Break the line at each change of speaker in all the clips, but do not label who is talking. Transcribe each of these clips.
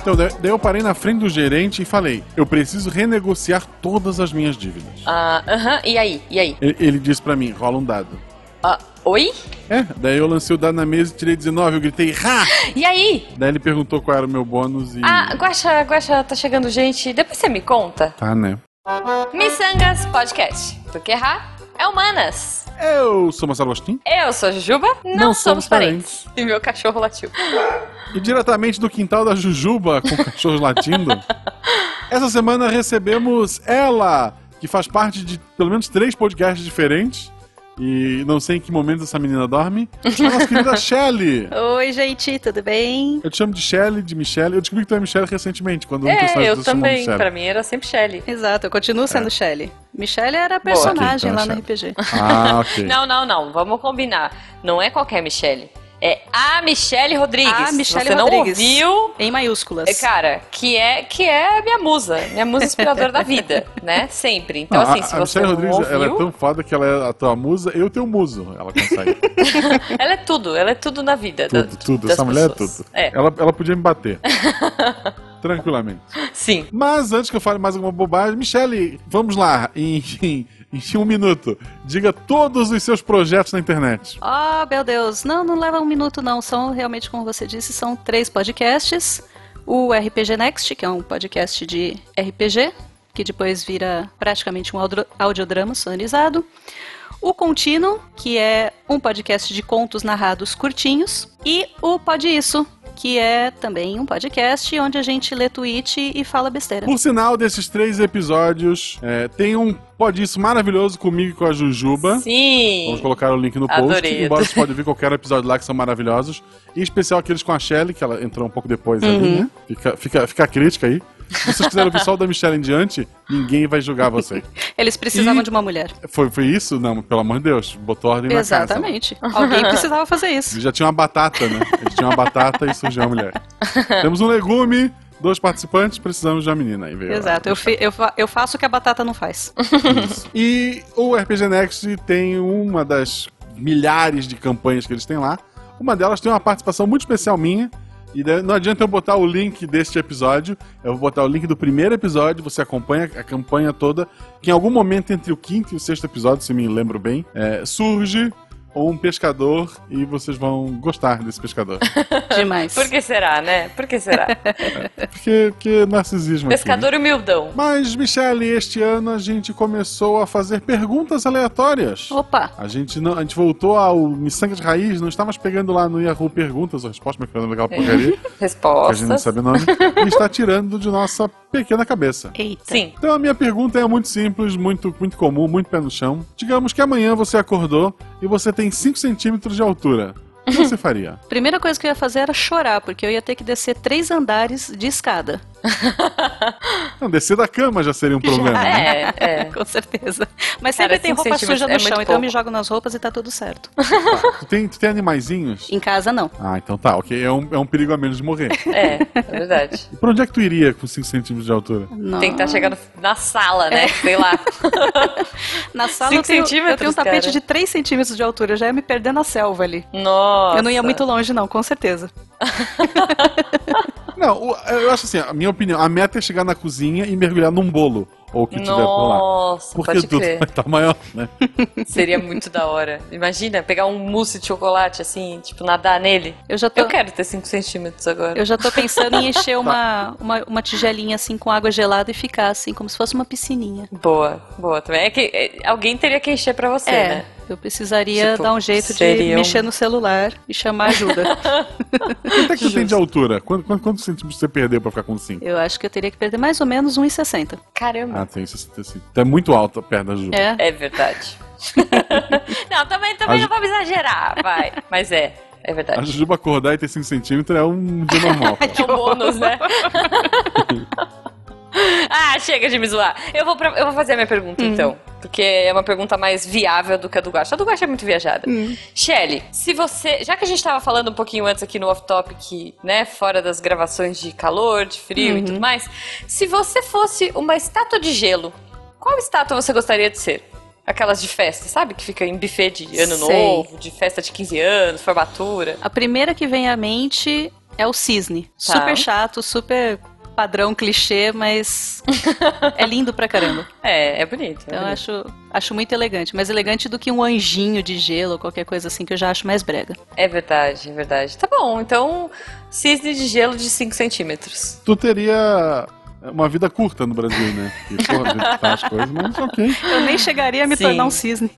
Então, daí daí eu parei na frente do gerente e falei: eu preciso renegociar todas as minhas dívidas.
Ah, Aham, e aí? E aí?
Ele, ele disse pra mim: rola um dado.
Ah, oi?
É, daí eu lancei o dado na mesa e tirei 19, eu gritei: ha!
E aí?
Daí ele perguntou qual era o meu bônus e.
Ah, Guaxa, Guaxa, tá chegando gente. Depois você me conta.
Tá, né?
Missangas Podcast. Porque errar é humanas.
Eu sou Marcelo Agostinho.
Eu sou a Jujuba, não,
Não
somos
somos
parentes. E meu cachorro latiu.
E diretamente do quintal da Jujuba, com cachorros latindo. Essa semana recebemos ela, que faz parte de pelo menos três podcasts diferentes. E não sei em que momento essa menina dorme. A nossa querida Shelly.
Oi, gente, tudo bem?
Eu te chamo de Shelly, de Michelle. Eu descobri que tu é Michelle recentemente, quando um
É,
personagem
eu
do seu nome
também.
Shelly.
Pra mim era sempre Shelley.
Exato, eu continuo sendo Shelley. Michelle era a personagem
Ok, então,
lá no RPG.
Ah, ok.
Não, não, não. Vamos combinar. Não é qualquer Michelle. É a Michelle Rodrigues.
A Michelle
Você
Rodrigues.
não ouviu?
Em maiúsculas.
É, Cara, que é que é a minha musa, minha musa inspiradora da vida, né? Sempre. Então,
Não,
assim,
Ah, a,
se
a
você
Michelle
não
Rodrigues,
ouviu,
ela é tão foda que ela é a tua musa e o teu muso. Ela consegue.
ela é tudo, ela é tudo na vida. da-
tudo, tudo.
das
Essa mulher é
pessoas.
tudo.
É,
Ela, ela podia me bater. Tranquilamente.
sim.
Mas antes que eu fale mais alguma bobagem, Michele, vamos lá, em, em- em um minuto, diga todos os seus projetos na internet.
Oh, meu Deus. Não, não leva um minuto, não. São realmente, como você disse, são três podcasts. O RPG Next, que é um podcast de RPG, que depois vira praticamente um audro- audiodrama sonorizado. O Contínuo, que é um podcast de contos narrados curtinhos. E o Pode Isso, que é também um podcast onde a gente lê tweet e fala besteira.
Por sinal desses três episódios, é, tem um podício maravilhoso comigo e com a Jujuba.
Sim.
Vamos colocar o link no post,
Adorei.
embora você pode ver qualquer episódio lá que são maravilhosos. Em especial aqueles com a Shelly, que ela entrou um pouco depois ali, né? Fica, fica, fica a crítica aí. Se vocês quiserem o pessoal da Michelle em diante, ninguém vai julgar você.
Eles precisavam
E-
de uma mulher.
Foi, foi isso? Não, pelo amor de Deus, botou ordem na casa.
Exatamente. Alguém precisava fazer isso.
Ele já tinha uma batata, né? Ele tinha uma batata e surgiu a mulher. Temos um legume, dois participantes, precisamos de uma menina. Aí veio
Exato, eu, fi- eu fa- eu faço o que a batata não faz.
Isso. E o RPG Next tem uma das milhares de campanhas que eles têm lá. Uma delas tem uma participação muito especial minha. E daí não adianta eu botar o link deste episódio. Eu vou botar o link do primeiro episódio. Você acompanha a campanha toda. Que em algum momento entre o quinto e o sexto episódio, se me lembro bem, é, surge um pescador. E vocês vão gostar desse pescador.
Demais.
Por que será, né? Por que será?
Porque, porque narcisismo aqui, né?
Pescador humildão.
Mas, Michele, este ano a gente começou a fazer perguntas aleatórias.
Opa,
A gente, não, a gente voltou ao Missangas Raiz, não está mais pegando lá no Yahoo perguntas ou respostas, mas que eu lembro daquela porcaria, que a gente não
Respostas.
sabe o nome, e está tirando de nossa pequena cabeça.
eita.
Sim.
Então a minha pergunta é muito simples, muito, muito comum, muito pé no chão. Digamos que amanhã você acordou e você tem 5 centímetros de altura. O que você faria?
Primeira coisa que eu ia fazer era chorar, porque eu ia ter que descer três andares de escada.
Não, descer da cama já seria um problema. né?
É, é.
Com certeza. Mas
Cara,
sempre tem
cinco
roupa suja no
centímetros é
chão,
muito
então eu me
pouco.
jogo nas roupas e tá tudo certo.
Tu tem, tu tem animaizinhos?
Em casa, não.
Ah, então tá, ok. É um, é um perigo a menos de morrer.
É, é verdade.
E pra onde é que tu iria com 5 centímetros de altura?
não.
Tentar chegar no- na sala,
É.
né? Sei lá.
Na sala
Cinco
eu tenho, eu tenho um
centímetros,
tapete
cara.
de 3 centímetros de altura, eu já ia me perder na selva ali.
Nossa.
Eu não ia muito longe, não, com certeza.
Não, o- eu acho assim, a minha opinião, a meta é chegar na cozinha e mergulhar num bolo, ou o que tiver por lá.
Nossa,
Porque
pode
o tudo
crer.
vai estar maior, né?
Seria muito da hora. Imagina pegar um mousse de chocolate assim, tipo, nadar nele.
Eu já tô,
Eu quero ter 5 centímetros agora.
eu já tô pensando em encher uma, uma, uma tigelinha assim com água gelada e ficar assim, como se fosse uma piscininha.
Boa, boa também. É que é, alguém teria que encher pra você,
é,
né?
eu precisaria
Tipo,
dar um jeito de
seria um-
mexer no celular e chamar ajuda.
Quanto é que tu tem de
Justo.
altura? Quanto- quanto- Quantos centímetros você perdeu pra ficar com 5?
eu acho que eu teria que perder mais ou menos 1,60.
Caramba.
Ah, tem 65. Então é muito alta a perna Ju.
É,
É verdade. não, também, também
A
não vamos exagerar, vai. Mas é, é
A
verdade.
Jujuba acordar e ter 5 centímetros é um dia normal. cara.
É um bônus, né? ah, chega de me zoar. Eu vou, pra- eu vou fazer a minha pergunta, então. Porque é uma pergunta mais viável do que a do Guaxa. A do Guaxa é muito viajada. Shelly, se você. Já que a gente tava falando um pouquinho antes aqui no off-topic, né? Fora das gravações de calor, de frio e tudo mais. Se você fosse uma estátua de gelo, qual estátua você gostaria de ser? Aquelas de festa, sabe? Que fica em buffet de ano
Sei.
novo, de festa de 15 anos, formatura.
a primeira que vem à mente é o cisne.
Tá.
Super chato, super padrão, clichê, mas é lindo pra caramba.
É, é bonito. é
Então eu
bonito.
acho, acho muito elegante. Mais elegante do que um anjinho de gelo ou qualquer coisa assim que eu já acho mais brega.
É verdade, é verdade. Tá bom, então cisne de gelo de 5 centímetros.
Tu teria uma vida curta no Brasil, né? Porque, porra, a gente faz coisas, mas ok.
Eu nem chegaria a me
Sim.
tornar um cisne.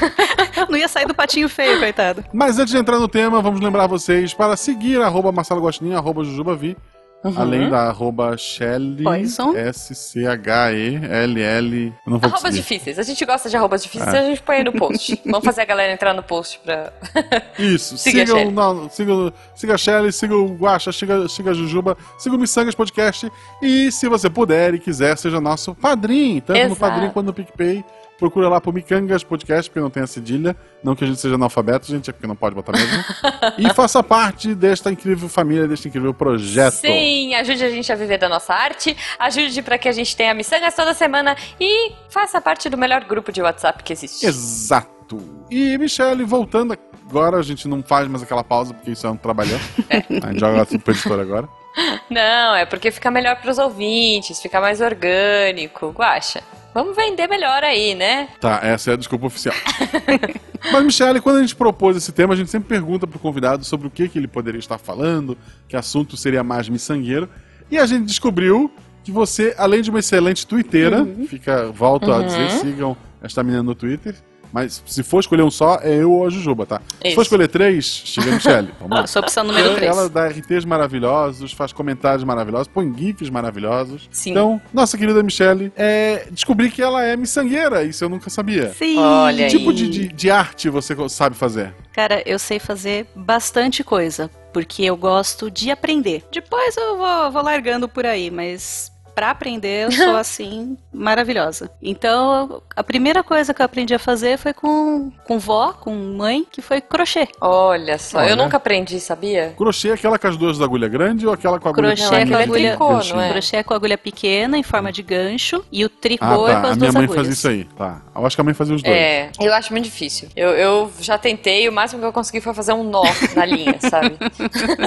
Não ia sair do patinho feio, coitado.
Mas antes de entrar no tema, vamos lembrar vocês para seguir arroba Marcelo Gostinho, arroba Jujubavi, além
Uhum.
da arroba Shelly,
Poison.
S-C-H-E-L-L, eu não vou
Arrobas
conseguir. Ah.
difíceis. A gente gosta de arrobas difíceis, a gente põe aí no post. Vamos fazer a galera entrar no post pra.
Isso,
Siga a
sigam,
Shelly.
não, sigam, siga a Shelly, siga o Guaxa, siga, siga a Jujuba, siga o Missangas Podcast e se você puder e quiser, seja nosso padrinho, tanto no
Exato.
padrinho quanto no PicPay. Procura lá pro Micangas Podcast, porque não tem a cedilha. Não que a gente seja analfabeto, gente, é porque não pode botar mesmo. e faça parte desta incrível família, deste incrível projeto.
Sim, ajude a gente a viver da nossa arte, ajude pra que a gente tenha miçangas toda semana e faça parte do melhor grupo de WhatsApp que existe.
Exato. E Michele, voltando agora, a gente não faz mais aquela pausa, porque isso é um trabalhão. A gente joga assim pro editor agora.
Não, é porque fica melhor pros ouvintes, fica mais orgânico. Guaxa, vamos vender melhor aí, né?
Tá, essa é a desculpa oficial. Mas, Michele, quando a gente propôs esse tema, a gente sempre pergunta pro convidado sobre o que, que ele poderia estar falando, que assunto seria mais miçangueiro. E a gente descobriu que você, além de uma excelente twitteira, fica, volto a dizer, sigam esta menina no Twitter. Mas se for escolher um só, é eu ou a Jujuba, tá? Se for
Isso.
escolher três, chega a Michele. Vamos lá.
Ah, sou a opção número 3.
Ela dá RTs maravilhosos, faz comentários maravilhosos, põe GIFs maravilhosos.
Sim.
Então, nossa querida Michelle, é, descobri que ela é miçangueira, isso eu nunca sabia.
Sim.
Olha
Que
aí.
tipo de, de- de arte você co- sabe fazer?
Cara, eu sei fazer bastante coisa, porque eu gosto de aprender. Depois eu vou, vou largando por aí, mas pra aprender eu sou assim, maravilhosa. Então, a primeira coisa que eu aprendi a fazer foi com, com vó, com mãe, que foi crochê.
Olha só,
Olha.
eu nunca aprendi, sabia?
Crochê é aquela com as duas da agulha grande ou aquela com a agulha
Crochê é
pequena?
com a
que tem
agulha-
tricô, não
ganchinho?
É.
Um Crochê com agulha pequena, em forma de gancho, e o tricô
Ah,
é com
tá.
as
A minha
duas
mãe
agulhas.
faz isso aí. Tá. Eu acho que a mãe fazia os dois.
É, eu acho muito difícil. Eu, eu já tentei, o máximo que eu consegui foi fazer um nó na linha, sabe?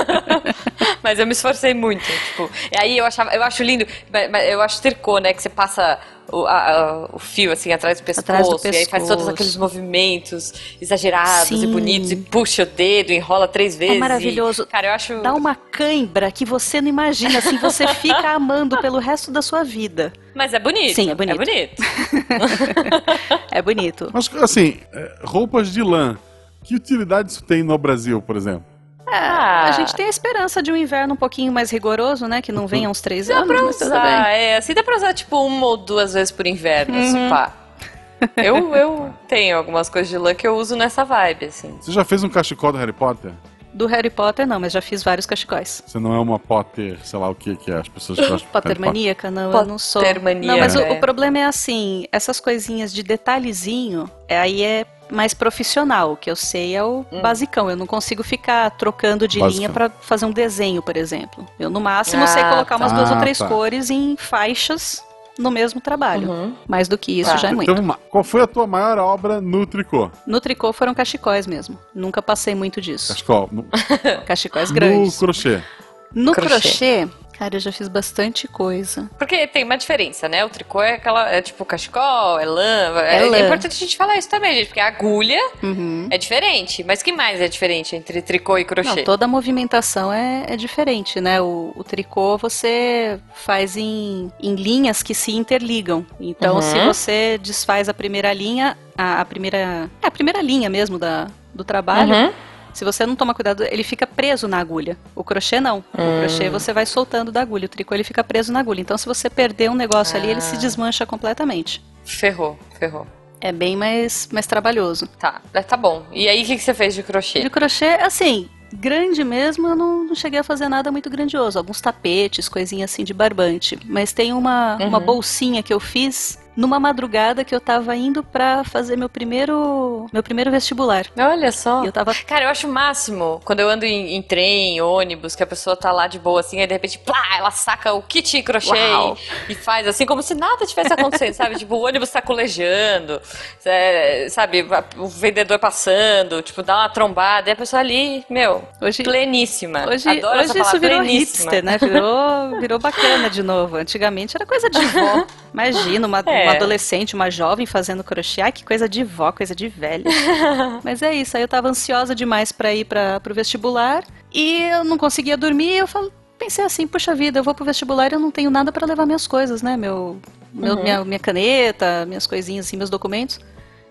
mas eu me esforcei muito, tipo. E aí eu achava, eu acho lindo, mas- mas eu acho tricô, né? Que você passa o, a- a- o fio assim atrás do, pescoço,
Atrás do
e aí faz todos
pescoço.
aqueles movimentos exagerados e
Sim. É
bonitos, e puxa o dedo, enrola três vezes. e-
maravilhoso.
cara, eu acho.
Dá um uma cãibra que você não imagina, assim, você fica amando pelo resto da sua vida.
Mas é bonito.
Sim, é bonito.
É bonito.
É bonito.
Mas, assim, é, roupas de lã, que utilidade isso tem no Brasil, por exemplo?
Ah,
É, A gente tem a esperança de um inverno um pouquinho mais rigoroso, né? Que não venha uns três
Dá
anos,
pra
mas tudo bem.
usar, é. Assim dá pra usar, tipo, uma ou duas vezes por inverno,
Uhum.
se pá. Eu, eu tenho algumas coisas de lã que eu uso nessa vibe, assim.
Você já fez um cachecol do Harry Potter?
Do Harry Potter, não, mas já fiz vários cachecóis.
Você não é uma Potter, sei lá o que que é, as pessoas que gostam de Harry
Potter
Potter.
maníaca? Não, eu não sou.
Potter maníaca,
Não, mas o,
é.
o problema é assim, essas coisinhas de detalhezinho, é, aí é mais profissional. O que eu sei é o
Hum.
basicão. Eu não consigo ficar trocando de
Basicão.
linha pra fazer um desenho, por exemplo. Eu, no máximo,
Ah,
sei colocar umas
tá.
duas
Ah,
ou três
tá.
cores em faixas no mesmo trabalho. Mais do que isso
Tá.
já é muito.
Então, vamos lá. qual foi a tua maior obra no tricô?
No tricô foram cachecóis mesmo. Nunca passei muito disso.
Cascol, no,
Cachecóis
no
grandes.
crochê.
No
Crochê.
crochê, cara, eu já fiz bastante coisa.
Porque tem uma diferença, né? O tricô é aquela. É tipo cachecol, é lã.
É
É,
lã.
é importante a gente falar isso também, gente, porque a agulha
Uhum.
é diferente. Mas que mais é diferente entre tricô e crochê?
Não, toda a movimentação é, é diferente, né? O, o tricô você faz em, em linhas que se interligam. Então,
Uhum.
se você desfaz a primeira linha, a, a primeira. É a primeira linha mesmo da, do trabalho.
Uhum.
Se você não tomar cuidado, ele fica preso na agulha. O crochê não. O crochê você vai soltando da agulha. O tricô ele fica preso na agulha. Então, se você perder um negócio ali, ele se
Ah.
desmancha completamente.
Ferrou, ferrou.
É bem mais, mais trabalhoso.
Tá, mas tá bom. E aí, o que, que você fez de crochê?
De é crochê, assim, grande mesmo, eu não, não cheguei a fazer nada muito grandioso. Alguns tapetes, coisinha assim de barbante. Mas tem uma, uma bolsinha que eu fiz numa madrugada que eu tava indo pra fazer meu primeiro meu primeiro vestibular.
Olha só.
E eu tava-
Cara, eu acho o máximo quando eu ando em, em trem, ônibus, que a pessoa tá lá de boa assim, aí de repente, plá, ela saca o kit crochê
Uau.
e, e faz assim, como se nada tivesse acontecido, sabe? Tipo, o ônibus tá colejando, é, sabe? O vendedor passando, tipo, dá uma trombada, e a pessoa ali, meu,
Hoje-
pleníssima.
Hoje,
Adoro
hoje
essa
isso
palavra,
virou
pleníssima.
hipster, né? Virou, virou bacana de novo. Antigamente era coisa de vó. Imagina, uma,
É.
uma adolescente, uma jovem fazendo crochê. Ai, que coisa de vó, coisa de velha. Mas é isso, aí eu tava ansiosa demais pra ir para pro vestibular. E eu não conseguia dormir, eu falo, pensei assim, puxa vida, eu vou pro vestibular e eu não tenho nada pra levar minhas coisas, né? Meu, meu-
Uhum.
minha, minha caneta, minhas coisinhas assim, meus documentos.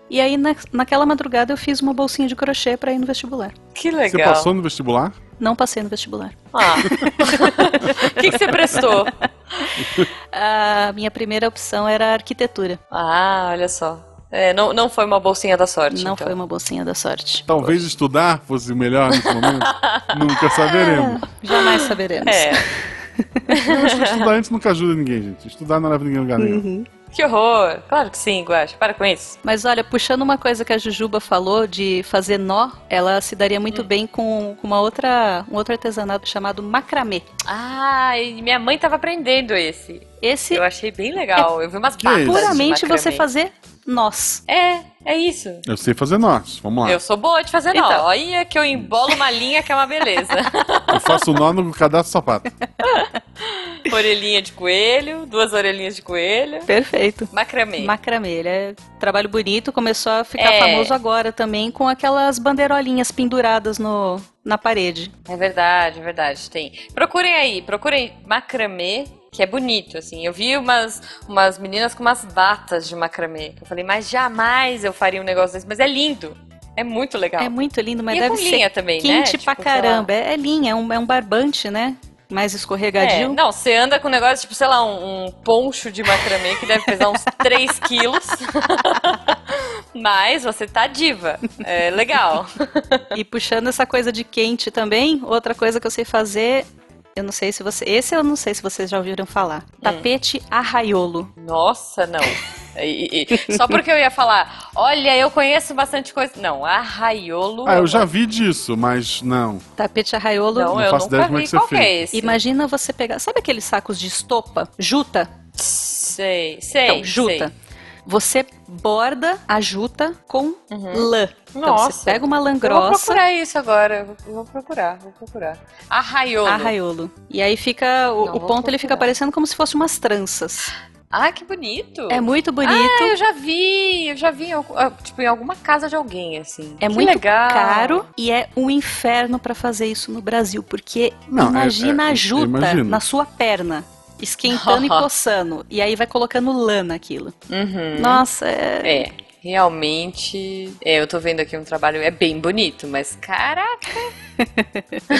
E aí, na- naquela madrugada, eu fiz uma bolsinha de crochê pra ir no vestibular.
Que
Você
legal.
passou no vestibular?
Não passei no vestibular.
Ah. O que, que você prestou?
A minha primeira opção era arquitetura.
Ah, olha só. É, não, não foi uma bolsinha da sorte.
Não
então.
foi uma bolsinha da sorte.
Talvez estudar fosse o melhor nesse momento. nunca saberemos.
Jamais saberemos.
É.
Estudar antes nunca ajuda ninguém, gente. Estudar não leva ninguém a lugar nenhum.
Que horror! Claro que sim, Guache. Para com isso.
Mas olha, puxando uma coisa que a Jujuba falou de fazer nó, ela se daria muito
Hum.
bem com, com uma outra, um outro artesanato chamado macramê.
Ah, e minha mãe tava aprendendo esse.
Esse
Eu
é
achei bem legal. Eu vi umas
Que é
barras.
isso?
de
puramente você
macramê.
fazer nós.
É, é isso.
Eu sei fazer nós. Vamos lá.
Eu
Eu,
sou boa de fazer nó.
Então.
Olha que eu embolo uma linha que é uma beleza.
faço nó no cadastro do sapato.
Orelhinha de coelho, duas orelhinhas de coelho.
Perfeito.
Macramê.
Macramê, ele é trabalho bonito, começou a ficar
É.
famoso agora também com aquelas bandeirolinhas penduradas no, na parede.
É verdade, é verdade, tem. Procurem aí, procurem macramê, que é bonito, assim. Eu vi umas, umas meninas com umas batas de macramê. Eu falei, mas jamais eu faria um negócio desse, mas é lindo. É muito legal.
É muito lindo, mas
e é
deve
com
ser
linha também, né?
quente pra
Tipo, sei lá.
caramba. É, é linha, é um, é um barbante, né? Mais
É,
escorregadio.
não, você anda com um negócio, tipo, sei lá, um, um poncho de macramê que deve pesar uns 3 quilos. Mas você tá diva. É legal.
E puxando essa coisa de quente também, outra coisa que eu sei fazer, eu não sei se você. Esse eu não sei se vocês já ouviram falar.
É.
Tapete arraiolo.
Nossa, não. E- e- e só porque eu ia falar, olha, eu conheço bastante coisa. Não, arraiolo.
Ah, eu já vi disso, mas não.
Tapete arraiolo.
Não,
Não
eu
faço
nunca
ideia de como é
vi.
que você
Qual que é
fez.
esse?
Imagina você pegar. Sabe aqueles sacos de estopa? Juta?
Sei, sei.
Então, juta. Você borda a juta com lã.
Uhum.
Então
Nossa.
você pega uma lã
Sei. Eu vou
grossa.
procurar isso agora. eu Vou vou procurar, vou procurar. Arraiolo.
Arraiolo. E aí fica. O,
Não,
o
vou
ponto ele fica
procurar.
parecendo como se fosse umas tranças.
Ah, que bonito.
É muito bonito.
Ah, eu já vi, eu já vi em algu- ah, tipo em alguma casa de alguém assim.
É
Que
muito
legal.
caro e é um inferno pra fazer isso no Brasil, porque
Não, é-
imagina
é-
a
eu
juta
imagino.
na sua perna, esquentando e coçando, e aí vai colocando lã naquilo.
Uhum.
Nossa, é...
É, realmente, é, eu tô vendo aqui um trabalho é bem bonito, mas caraca.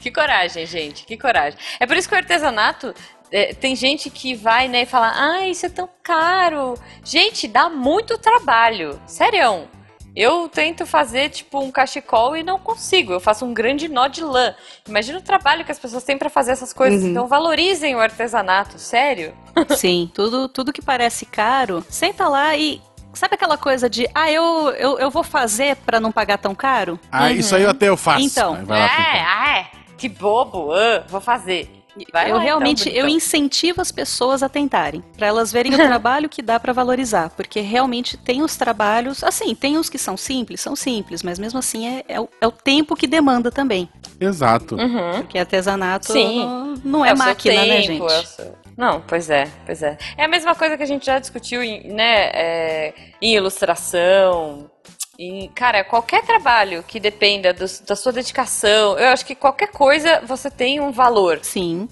que coragem, gente, que coragem. É por isso que o artesanato é, tem gente que vai, né, e fala: "Ah, isso é tão caro". Gente, dá muito trabalho. Sério. Eu tento fazer tipo um cachecol e não consigo. Eu faço um grande nó de lã. Imagina o trabalho que as pessoas têm pra fazer essas coisas.
Uhum.
Então valorizem o artesanato, sério.
sim, tudo, tudo que parece caro, senta lá e sabe aquela coisa de, ah, eu, eu, eu vou fazer pra não pagar tão caro?
Ah, isso aí até eu faço.
Então.
Aí vai lá
Uhum. É,
comprar.
ah, é. Que bobo. ah, vou fazer. Vai
eu
lá, então,
realmente eu
bonitão.
incentivo as pessoas a tentarem, Pra elas verem o trabalho que dá pra valorizar, porque realmente tem os trabalhos, assim, tem os que são simples, são simples, mas mesmo assim é, é o, é o tempo que demanda também,
Exato.
Uhum.
porque artesanato
Sim.
não, não é,
o seu
máquina, né,
tempo,
gente?
é o seu- Não, pois é, pois é. É a mesma coisa que a gente já discutiu em, né, é, em ilustração. Em, cara, qualquer trabalho que dependa do- da sua dedicação, eu acho que qualquer coisa você tem um valor.
Sim,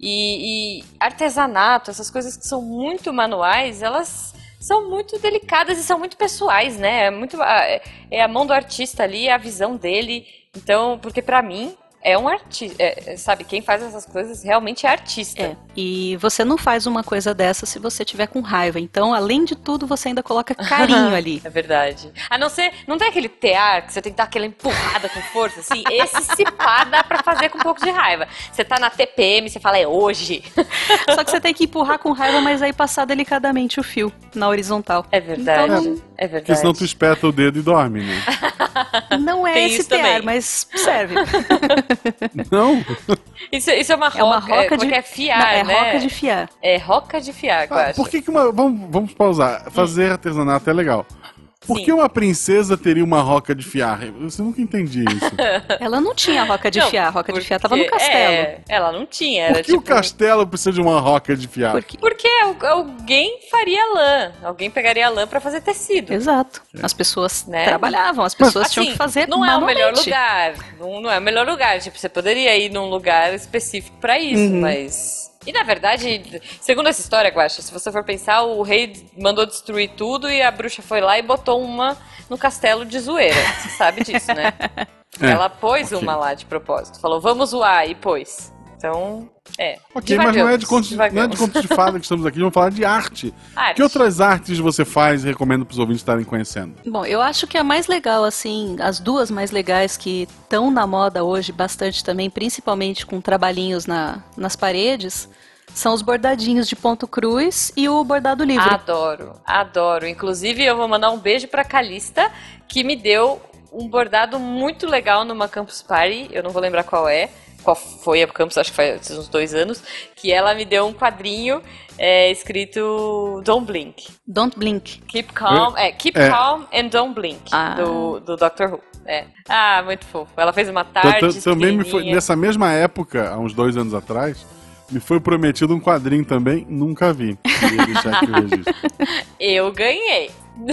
E, e artesanato, essas coisas que são muito manuais, elas são muito delicadas e são muito pessoais, né? É muito a- é a mão do artista ali, é a visão dele. Então, porque pra mim, é um artista. é, sabe, quem faz essas coisas realmente é artista.
É. E você não faz uma coisa dessa se você tiver com raiva. Então, além de tudo, você ainda coloca carinho ali.
É verdade. A não ser, não tem aquele tear que você tem que dar aquela empurrada com força, assim. Esse se pá dá pra fazer com um pouco de raiva. Você tá na TPM, você fala, é hoje.
Só que você tem que empurrar com raiva, mas aí passar delicadamente o fio na horizontal.
É verdade.
Então-
é
Porque
verdade.
senão tu espeta o dedo e dorme, né?
Não é
Tem
esse
isso também.
tear, mas serve.
Não?
Isso, isso é uma roca,
É uma roca
como
de-
que é fiar,
é
né?
roca de fiar.
É roca de fiar, eu
Ah,
acho.
por que, que uma. Vamos, vamos pausar. Fazer artesanato é legal. Por
Sim.
que uma princesa teria uma roca de fiar? Eu eu nunca entendi isso.
Ela não tinha roca de
Não,
fiar, a roca de fiar tava no
porque-
castelo.
é, ela não tinha, era
Por que
tipo...
o castelo precisa de uma roca de fiar?
Porque-
Porque al- alguém faria lã, alguém pegaria lã pra fazer tecido.
Exato. As pessoas
Né?
trabalhavam, as pessoas tinham
Assim,
que fazer
não é o melhor
manualmente.
lugar, não, não é o melhor lugar, tipo, você poderia ir num lugar específico pra isso,
Uhum.
mas e na verdade, segundo essa história, Guaxa, se você for pensar, o rei mandou destruir tudo e a bruxa foi lá e botou uma no castelo de zoeira. Você sabe disso, né?
É,
Ela pôs
ok.
uma lá de propósito. Falou, vamos zoar, e pôs. Então, é.
Ok, mas não é, de
divagamos,
contos, não é de
divagamos.
contos de fada que estamos aqui, vamos falar de arte.
Arte.
Que outras artes você faz e recomenda para os ouvintes estarem conhecendo?
Bom, eu acho que a mais legal, assim, as duas mais legais que estão na moda hoje bastante também, principalmente com trabalhinhos na, nas paredes, são os bordadinhos de ponto cruz e o bordado livre.
Ah, Adoro, adoro. Inclusive, eu vou mandar um beijo pra Calista, que me deu um bordado muito legal numa Campus Party. Eu não vou lembrar qual é, qual foi a Campus, acho que faz uns dois anos. Que ela me deu um quadrinho é, escrito Don't Blink.
Don't blink.
Keep Calm, é, Keep
É.
Calm and Don't Blink,
Ah.
do, do Doctor Who. É. Ah, muito fofo. Ela fez uma
Eu
tarde.
ta- Então, também me foi,
pequenininha.
nessa mesma época, há uns dois anos atrás, me foi prometido um quadrinho também, nunca vi. Queria deixar aqui o registro.
Eu ganhei.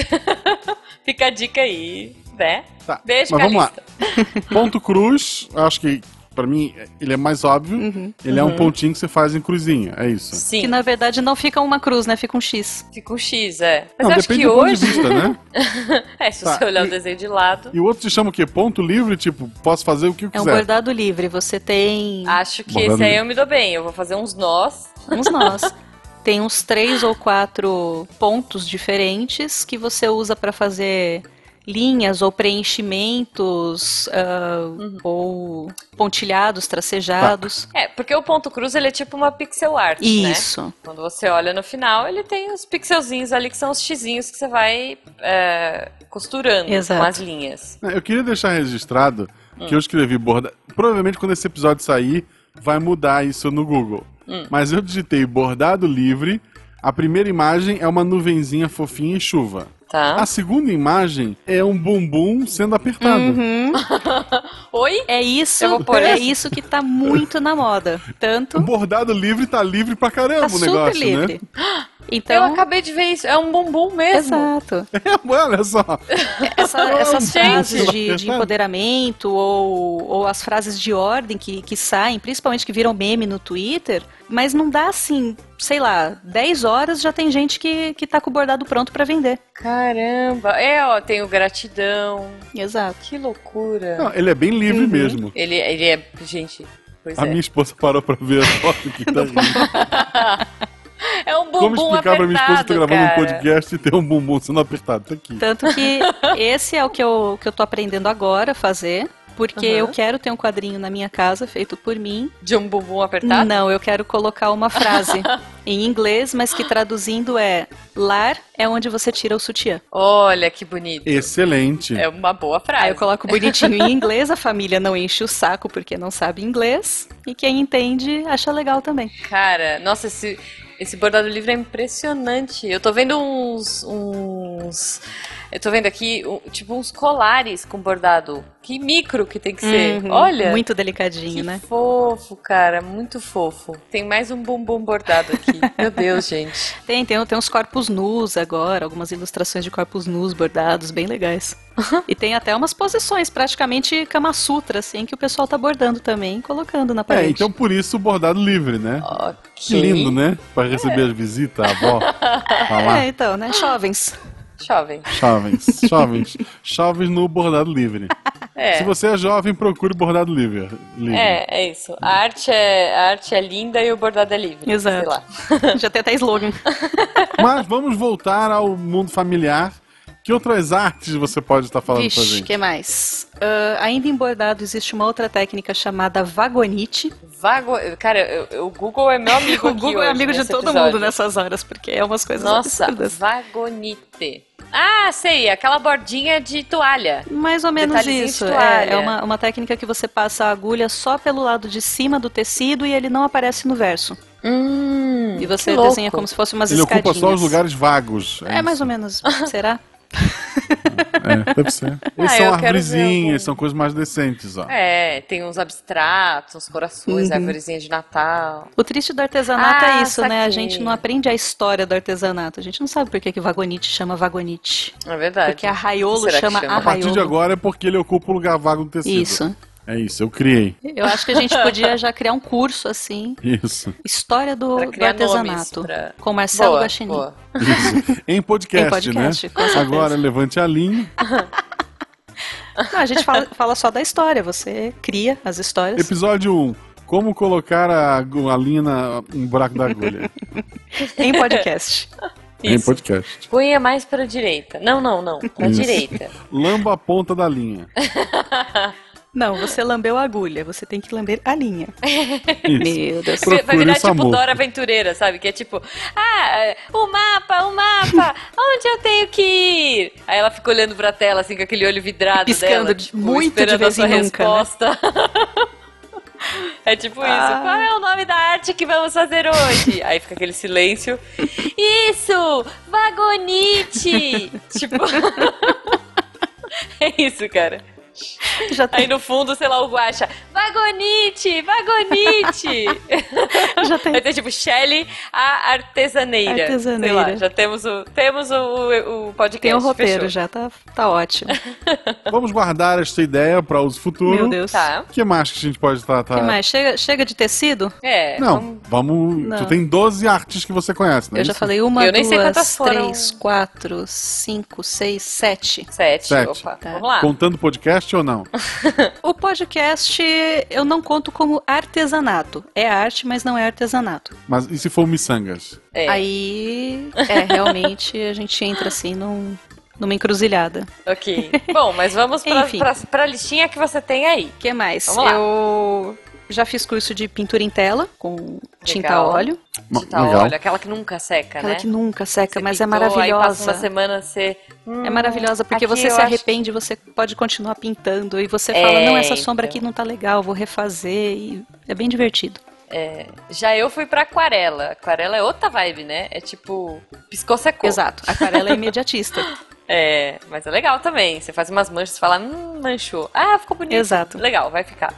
Fica a dica aí, né?
Tá,
Beijo,
mas vamos lá.
Calista.
Ponto cruz, acho que pra mim ele é mais óbvio.
Uhum.
Ele é um pontinho que você faz em cruzinha, é isso.
Sim.
Que na verdade não fica uma cruz, né? Fica um X.
Fica um X, é. Mas
Não,
eu acho
depende
que
do ponto de
hoje.
vista, né?
é, se
Tá,
você olhar
e-
o desenho de lado,
E o outro se chama o quê? Ponto livre? Tipo, posso fazer o que eu
É um
quiser.
bordado livre. Você tem
acho que
Bom,
esse
vamos-
aí eu me dou bem. Eu vou fazer uns nós.
uns nós. Tem uns três ou quatro pontos diferentes que você usa para fazer linhas ou preenchimentos ah,
Uhum.
ou pontilhados, tracejados.
É, porque o ponto cruz ele é tipo uma pixel art, né?
Isso.
Quando você olha no final, ele tem os pixelzinhos ali que são os xizinhos que você vai é, costurando
Exato.
com as linhas.
Eu queria deixar registrado
Hum.
que eu escrevi borda. Provavelmente quando esse episódio sair, vai mudar isso no Google.
Hum.
Mas eu digitei bordado livre. A primeira imagem é uma nuvenzinha fofinha e chuva.
Tá?
A segunda imagem é um bumbum sendo apertado.
Uhum. Oi?
Uhum. É isso,
Eu vou pôr
é
essa.
isso que tá muito na moda. Tanto
O bordado livre tá livre pra caramba
tá
o
super
negócio,
livre.
né?
Eu
Então,
acabei de ver isso. É um bumbum mesmo.
exato.
É, olha só.
Essa-
Não, gente.
essas frases de, de empoderamento ou, ou as frases de ordem que, que saem, principalmente que viram meme no Twitter, mas não dá assim, sei lá, 10 horas já tem gente que, que tá com o bordado pronto pra vender.
Caramba. É, ó, tem o gratidão.
Exato.
Que loucura.
Não, ele é bem livre mesmo.
Ele, ele é. Gente, Uhum. pois
A
é.
minha esposa parou pra ver a foto que tá ali.
É um bumbum
Como explicar pra minha esposa que eu tô
apertado,
gravando um
cara.
podcast e tem um bumbum sendo apertado? Tá aqui.
Tanto que esse é o que eu, que eu tô aprendendo agora a fazer. Porque
Aham.
eu quero ter um quadrinho na minha casa feito por mim.
De um bumbum apertado?
Não, eu quero colocar uma frase em inglês, mas que traduzindo é: lar é onde você tira o sutiã.
Olha que bonito.
Excelente.
É uma boa frase.
Aí eu coloco bonitinho em inglês, a família não enche o saco porque não sabe inglês. E quem entende acha legal também.
Cara, nossa, esse, esse bordado livre é impressionante. Eu tô vendo uns. uns eu tô vendo aqui, um- tipo, uns colares com bordado. Que micro que tem que ser.
Uhum,
Olha.
Muito
que
delicadinho, né?
fofo, cara, muito fofo. Tem mais um bumbum bordado aqui. Meu Deus, gente.
Tem, tem, tem uns corpos nus agora, algumas ilustrações de corpos nus bordados, bem legais. e tem até umas posições, praticamente Kama Sutra, assim, que o pessoal tá bordando também, colocando na
É,
parede.
então por isso o bordado livre, né?
Ok.
Que lindo, né? Pra receber
É.
as visitas, a avó. Tá Falar.
É, então, né? Jovens.
Jovem.
Jovens, jovens. Jovens no bordado livre.
É.
Se você é jovem, procure bordado livre. livre.
Uhum.
É, é isso. A arte é, a arte é linda e o bordado é livre.
Exato.
Sei lá.
Já tem até slogan.
Tá Mas vamos voltar ao mundo familiar. Que outras artes você pode estar falando pra
Vixe,
gente?
que mais? Ah, ainda em bordado existe uma outra técnica chamada vagonite.
Vago... Cara, eu- eu- o Google é meu amigo
O
aqui
Google é
hoje
amigo de
nesse
todo
episódio.
mundo nessas horas, porque é umas coisas
Nossa,
absurdas.
vagonite. Ah, sei, aquela bordinha de toalha.
Mais ou menos
Detalhezinho de
isso.
toalha.
É, é uma, uma técnica que você passa a agulha só pelo lado de cima do tecido e ele não aparece no verso.
Hum,
E você
que louco.
desenha como se fossem umas
Ele
escadinhas.
ocupa só os lugares vagos.
É mais ou menos. Será?
menos. É, deve ser. Eles são
Ah, eu quero ver
árvorezinhas,
algum.
são coisas mais decentes, ó.
É, tem uns abstratos, uns
Uhum.
corações, arvorezinha de Natal.
O triste do artesanato
Ah,
é isso, né? A
saquei.
gente não aprende a história do artesanato. A gente não sabe por que, que vagonite chama vagonite.
É verdade.
Porque arraiolo
Será que
chama
chama?
A partir de
arraiolo.
agora é porque ele ocupa o lugar vago do tecido.
Isso.
É isso, eu criei.
Eu acho que a gente podia já criar um curso assim,
Isso.
história do,
Pra
do
criar nomes
artesanato,
pra-
com Marcelo
Boa,
Guaxinim.
boa.
Isso. Em podcast,
Em podcast,
né?
com certeza.
Agora levante a linha.
Não, a gente fala, fala só da história, você cria as histórias.
Episódio 1. Como colocar a, a linha na, no buraco da agulha.
Em podcast.
Em
Isso.
podcast.
Punha mais pra direita. Não, não, não. Pra
Isso.
direita.
Lamba a ponta da linha.
Não, você lambeu a agulha, você tem que lamber a linha.
Isso.
Meu Deus.
Procure
Vai virar
o
tipo
Samuca.
Dora Aventureira, sabe? Que é tipo, ah, é, o mapa, o mapa, onde eu tenho que ir? Aí ela fica olhando pra tela, assim, com aquele olho vidrado
Piscando
dela,
de-
tipo,
muito de
esperando
vez
a sua
em nunca, né?
resposta. É tipo
Ah.
isso. Qual é o nome da arte que vamos fazer hoje? Aí fica aquele silêncio. Isso! Vagonite! tipo. é isso, cara.
Já
Aí
tem,
no fundo, sei lá, o Guacha. Vagonite! Vagonite!
já tem.
Vai ter tipo Shelley a artesaneira.
Artesaneira.
Sei lá, já temos o, temos o, o podcast.
Tem o roteiro
fechou.
já, tá, tá ótimo.
Vamos guardar esta ideia para uso futuro.
Meu Deus.
Tá.
O que mais que a gente pode tratar?
O que mais? Chega, chega de tecido?
É.
Não, vamos.
Não.
Tu tem 12 artes que você conhece, né?
Eu já falei uma,
Eu nem sei
duas,
quantas foram.
três, quatro, cinco, seis, sete.
Sete.
Sete.
Opa.
Tá.
Vamos lá.
Contando podcast ou não?
O podcast eu não conto como artesanato. É arte, mas não é artesanato.
Mas e se for miçangas?
É.
Aí, é, realmente a gente entra assim num- numa encruzilhada.
Ok. Bom, mas vamos pra,
Enfim.
pra, pra listinha que você tem aí.
O que mais?
Vamos lá.
Eu já fiz curso de pintura em tela com tinta a
Legal.
óleo.
Ma-
Tá, olha, aquela que nunca seca,
Aquela
né?
que nunca seca,
Você
mas é
pintou, Aí passa uma
maravilhosa.
semana, você... Hum,
É maravilhosa porque
aqui
você
eu
se
acho-
arrepende, você pode continuar pintando e você
É,
fala: "Não, essa sombra
então.
aqui não tá legal, vou refazer" e é bem divertido.
Já eu fui pra aquarela. Aquarela é outra vibe, né? É tipo... Piscou, secou.
Exato. A aquarela é imediatista.
É, mas é legal também. Você faz umas manchas e fala, hum, manchou. Ah, ficou bonito.
Exato.
Legal, vai ficar.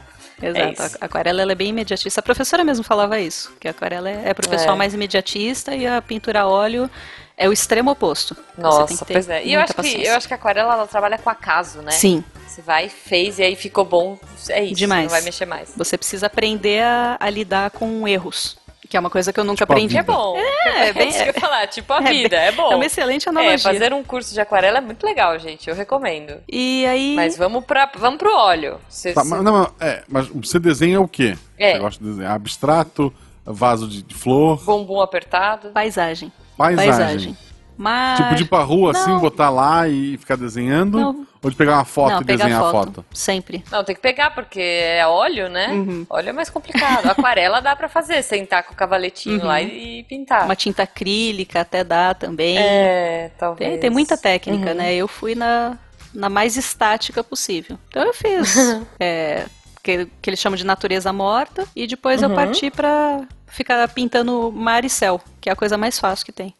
Exato,
É isso.
a aquarela ela é bem imediatista. A professora mesmo falava isso, que a aquarela é, é pro pessoal
É.
mais imediatista e a pintura a óleo é o extremo oposto. Você tem
Nossa,
que ter
pois é. E eu
muita
acho, que,
paciência.
eu acho que a aquarela ela trabalha com acaso, né?
Sim,
Você vai, fez e aí ficou bom. É isso.
Demais.
Não vai mexer mais.
você precisa aprender a, a lidar com erros, que é uma coisa que eu nunca
Tipo a
aprendi.
É
vida.
bom.
É, é bem-
isso que eu ia falar. Tipo, a
é bem-
vida. É bom.
É uma excelente analogia.
É, fazer um curso de aquarela é muito legal, gente. Eu recomendo.
E aí,
Mas vamos, pra, vamos pro óleo. Você-
Tá, mas, não, mas- é, mas você desenha o quê?
É.
Você gosta de desenhar abstrato, vaso de, de flor,
Bumbum apertado.
paisagem.
paisagem.
Paisagem. Mas
Tipo de ir pra rua
Não.
assim, botar lá e ficar desenhando?
Não.
Ou de pegar uma foto
não,
e
pegar
desenhar
foto,
a foto?
sempre.
Não, tem que pegar, porque é óleo, né?
Uhum.
Óleo é mais complicado. Aquarela dá pra fazer, sentar com o cavaletinho
Uhum.
lá e, e pintar.
Uma tinta acrílica até dá também.
Ah. É, Uhum. talvez.
Tem, tem muita técnica, né? Eu fui na, na mais estática possível. Então eu fiz é, que, que eles chamam de natureza morta e depois eu
Uhum.
parti pra ficar pintando mar e céu, que é a coisa mais fácil que tem.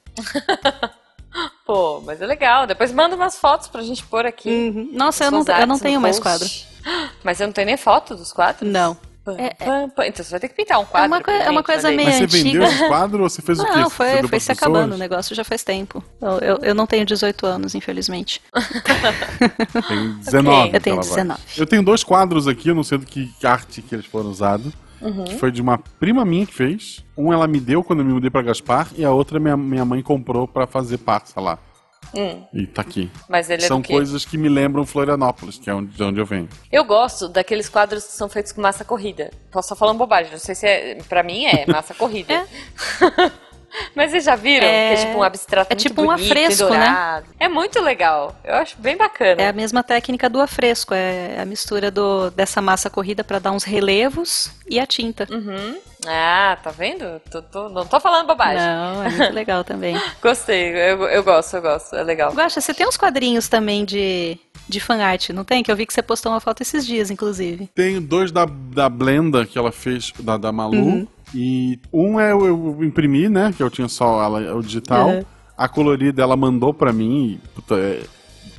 Pô, mas é legal. Depois manda umas fotos pra gente pôr aqui.
Hum. Uhum. Nossa, eu
Suas
não, eu
artes
não
no
tenho mais quadro.
post. Mas você não tem nem foto dos quadros?
Não.
Pam,
É-
pam, pam. Então você vai ter que pintar um quadro.
uma
pra
coi- é uma
gente,
coisa
olha aí.
Mas
meio-
você
antiga.
vendeu os quadros ou você fez o quê?
Não,
Você deu
foi, foi
pras
se
pessoas?
acabando, né? o negócio já faz tempo. Eu, eu, eu não tenho 18 anos, infelizmente.
Tem 19.
Eu
aquela
tenho
voz.
19.
Eu tenho dois quadros aqui, eu não sei do que arte que eles foram usados.
Uhum.
Que foi de uma prima minha que fez. Um ela me deu quando eu me mudei pra Gaspar e a outra minha, minha mãe comprou pra fazer parça lá. E tá aqui.
Mas Hum. ele é
São
do quê?
coisas que me lembram Florianópolis, que é onde- de onde eu venho.
Eu gosto daqueles quadros que são feitos com massa corrida. Posso estar falando bobagem, não sei se é. Pra mim é massa corrida.
É.
Mas vocês já viram?
É.
Que é tipo um abstrato
É
muito
tipo um
bonito e
afresco, né?
dourado. É muito legal. Eu acho bem bacana.
É a mesma técnica do afresco, é a mistura do, dessa massa corrida para dar uns relevos e a tinta.
Uhum. Ah, tá vendo? Tô- tô- não tô falando bobagem.
Não, é muito legal também.
Gostei, eu, eu gosto, eu gosto. É legal.
Guaxa, você tem uns quadrinhos também de, de fanart, não tem? Que eu vi que você postou uma foto esses dias, inclusive.
Tenho dois da, da Blenda que ela fez, da, da Malu.
Uhum.
E um é eu, eu imprimi, né? Que eu tinha só ela, o digital.
É.
Uhum.
A colorida ela mandou pra mim. e, puta, é-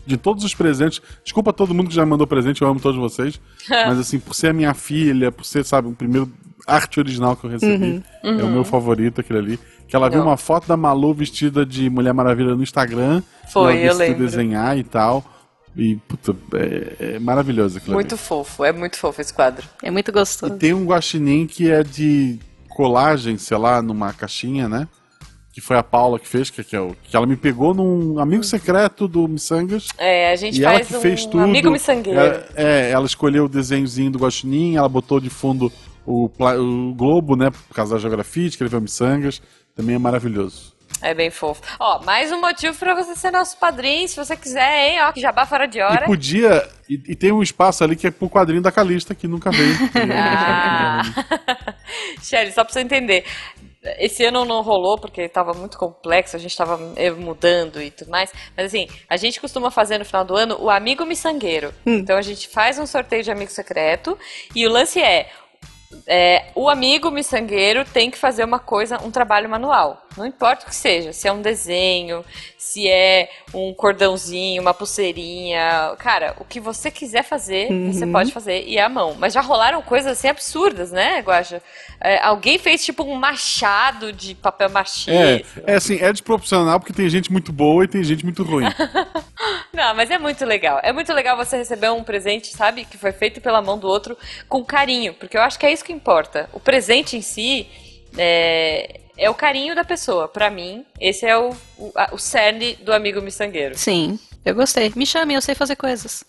de todos os presentes. Desculpa todo mundo que já mandou presente, eu amo todos vocês. mas assim, por ser a minha filha, por ser, sabe, o primeiro arte original que eu
Uhum.
recebi. É o meu favorito, aquele ali. Que ela viu
Não.
uma foto da Malu vestida de Mulher Maravilha no Instagram.
Foi,
e ela
eu
decidiu
lembro.
desenhar e tal. E, puta, é, é maravilhoso aquilo ali.
Muito fofo, é muito fofo esse quadro.
É muito
E
gostoso.
tem um guaxinim que é de colagem, sei lá, numa caixinha, né? Que foi a Paula que fez, que, que, eu- que ela me pegou num amigo secreto do Missangas.
É, a gente
E ela
faz
que
um
fez tudo.
amigo miçangueiro.
Ela- É, ela escolheu o desenhozinho do guaxinim, ela botou de fundo o, pla- o globo, né? Por causa da geografia, escreveu Missangas. Também é maravilhoso.
É bem fofo. Ó, mais um motivo pra você ser nosso padrinho, se você quiser, hein? Ó, que jabá fora de hora.
E podia... E, e tem um espaço ali que é pro quadrinho da Calista, que nunca veio. É,
Ah. Shelly, só pra você entender. Esse ano não rolou porque tava muito complexo, a gente tava eh, mudando e tudo mais. Mas assim, a gente costuma fazer no final do ano o amigo miçangueiro. Então a gente faz um sorteio de amigo secreto e o lance é, é, o amigo miçangueiro tem que fazer uma coisa, um trabalho manual. Não importa o que seja, se é um desenho, se é um cordãozinho, uma pulseirinha. Cara, o que você quiser fazer, você pode fazer e é à mão. Mas já rolaram coisas assim absurdas, né, Guaxa? É, alguém fez tipo um machado de papel machê.
É, é assim, é desproporcional porque tem gente muito boa e tem gente muito ruim.
Não, mas é muito legal. É muito legal você receber um presente, sabe? Que foi feito pela mão do outro com carinho. Porque eu acho que é isso que importa. O presente em si é, é o carinho da pessoa. Pra mim, esse é o, o, a- o cerne do amigo miçangueiro.
Sim, eu gostei. Me chamem, eu sei fazer coisas.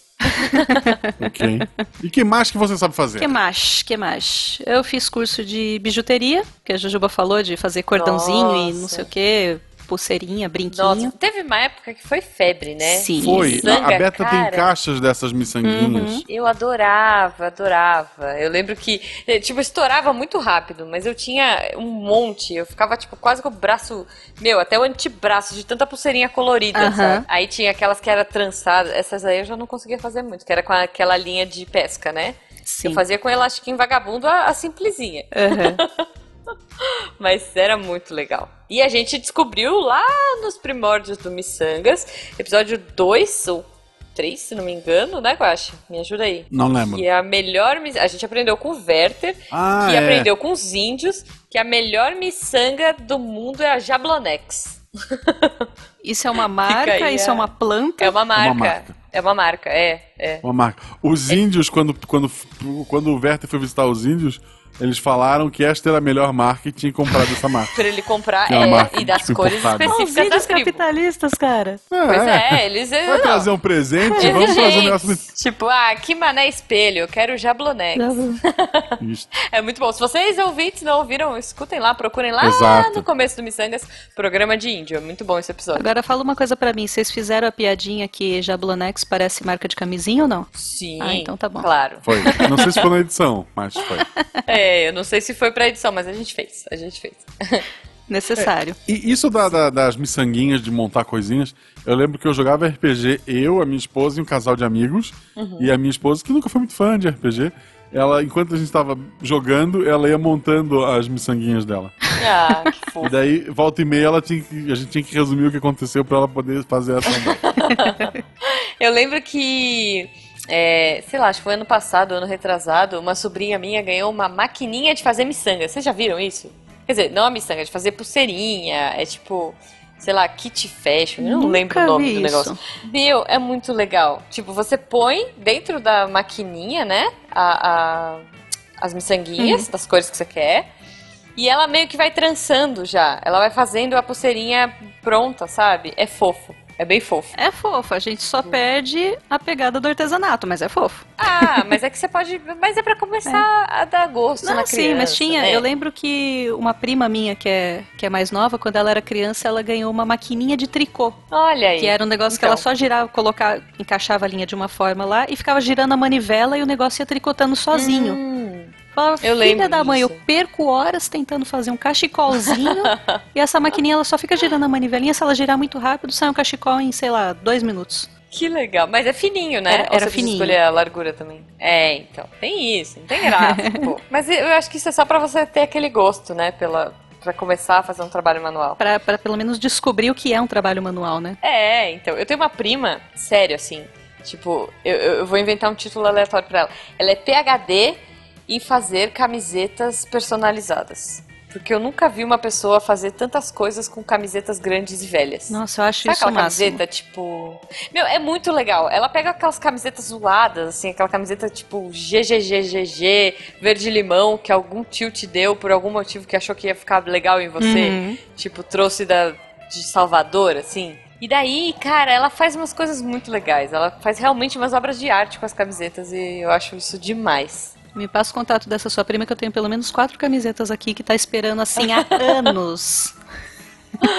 ok. E que mais que você sabe fazer?
Que mais? Que mais? Eu fiz curso de bijuteria, que a Jujuba falou de fazer cordãozinho e não
Nossa.
sei o que,
Nossa,
pulseirinha, brinquinho.
teve uma época que foi febre, né?
Sim.
Foi.
Miçanga,
a a Beta
cara. Uhum.
tem caixas dessas miçanguinhas.
Eu adorava, adorava. Eu lembro que, eh, tipo, estourava muito rápido, mas eu tinha um monte. Eu ficava, tipo, quase com o braço, meu, até o antebraço, de tanta pulseirinha colorida,
Aham.
sabe? Aí tinha aquelas que era trançadas. Essas aí eu já não conseguia fazer muito, que era com aquela linha de pesca, né? Eu
Sim.
fazia com elastiquinho vagabundo a, a simplesinha.
Aham.
Mas era muito legal. E a gente descobriu lá nos primórdios do Missangas, episódio 2 ou 3, se não me engano, né, Guache? Me ajuda aí.
Não lembro.
Que é a melhor. mis- A gente aprendeu com o Werther,
Ah,
que
é.
aprendeu com os índios, que a melhor miçanga do mundo é a Jablonex.
Isso é uma marca,
aí
isso
a-
é uma planta.
É uma marca.
marca.
É uma marca, é, é.
Uma marca. Os índios, quando, quando, quando o Werther foi visitar os índios, eles falaram que esta era a melhor marca e tinha comprado essa marca.
Pra ele comprar
É uma
é,
marca
e das
tipo
cores
importada.
Olha
específicas da tribo.
capitalistas, cara.
É,
Pois
é.
é, eles.
Vai
não.
trazer um presente? Vamos trazer um negócio
Exigentes. Tipo, ah, que mané espelho, eu quero Jablonex.
do... Isso.
É muito bom. Se vocês ouvintes não ouviram, escutem lá, procurem lá
Exato.
no começo do Missangas, programa de índio. É muito bom esse episódio.
Agora fala uma coisa pra mim, vocês fizeram a piadinha que Jablonex parece marca de camisinha ou não?
Sim.
Ah, então tá bom.
Claro.
Foi. Não sei se foi na edição, mas foi.
É, eu não sei se foi pra edição, mas a gente fez. A gente fez.
Necessário.
E isso da- da- das miçanguinhas de montar coisinhas, eu lembro que eu jogava RPG, eu, a minha esposa e um casal de amigos,
Uhum.
e a minha esposa, que nunca foi muito fã de RPG, ela, enquanto a gente estava jogando, ela ia montando as miçanguinhas dela.
Ah, que
E
fofo.
daí, volta e meia, ela tinha que, a gente tinha que resumir o que aconteceu pra ela poder fazer essa.
Eu lembro que. é, sei lá, acho que foi ano passado, ano retrasado, uma sobrinha minha ganhou uma maquininha de fazer miçanga. Vocês já viram isso? Quer dizer, não a miçanga, de fazer pulseirinha. É tipo, sei lá, kit fashion. Eu não
Nunca
lembro o nome
vi
do negócio.
isso.
Meu, é muito legal. Tipo, você põe dentro da maquininha, né? a- a- as miçanguinhas
Uhum.
das cores que você quer. E ela meio que vai trançando já. Ela vai fazendo a pulseirinha pronta, sabe? É fofo. É bem fofo.
É fofo, a gente só perde a pegada do artesanato, mas é fofo.
Ah, mas é que você pode. Mas é pra começar a dar gosto
Não,
na criança.
sim, mas tinha.
né?
Eu lembro que uma prima minha, que é, que é mais nova, quando ela era criança, ela ganhou uma maquininha de tricô.
Olha aí.
Que era um negócio que
Então.
ela só girava, colocava, encaixava a linha de uma forma lá e ficava girando a manivela e o negócio ia tricotando sozinho.
Hum.
Falava,
eu
filha
lembro
da mãe, eu
disso."
perco horas tentando fazer um cachecolzinho e essa maquininha ela só fica girando a manivelinha. Se ela girar muito rápido, sai um cachecol em, sei lá, dois minutos.
Que legal. Mas é fininho, né?
Era-
Ou
era
você precisa
fininho.
escolher a largura também. É, então. Tem isso. Não tem graça. pô. Mas eu acho que isso é só pra você ter aquele gosto, né? Pela, pra começar a fazer um trabalho manual.
Pra, pra pelo menos descobrir o que é um trabalho manual, né?
É, então. Eu tenho uma prima, sério, assim. Tipo, eu, eu eu vou inventar um título aleatório pra ela. Ela é PHD em fazer camisetas personalizadas. Porque eu nunca vi uma pessoa fazer tantas coisas com camisetas grandes e velhas.
Nossa, eu acho
Sabe
isso o
aquela
máximo.
camiseta, tipo. Meu, é muito legal. Ela pega aquelas camisetas zoadas, assim, aquela camiseta tipo GGGGG, verde limão, que algum tio te deu por algum motivo que achou que ia ficar legal em você
Uhum.
tipo, trouxe da, de Salvador, assim. E daí, cara, ela faz umas coisas muito legais. Ela faz realmente umas obras de arte com as camisetas e eu acho isso demais.
Me passa o contato dessa sua prima que eu tenho pelo menos quatro camisetas aqui que tá esperando assim há anos. Uma-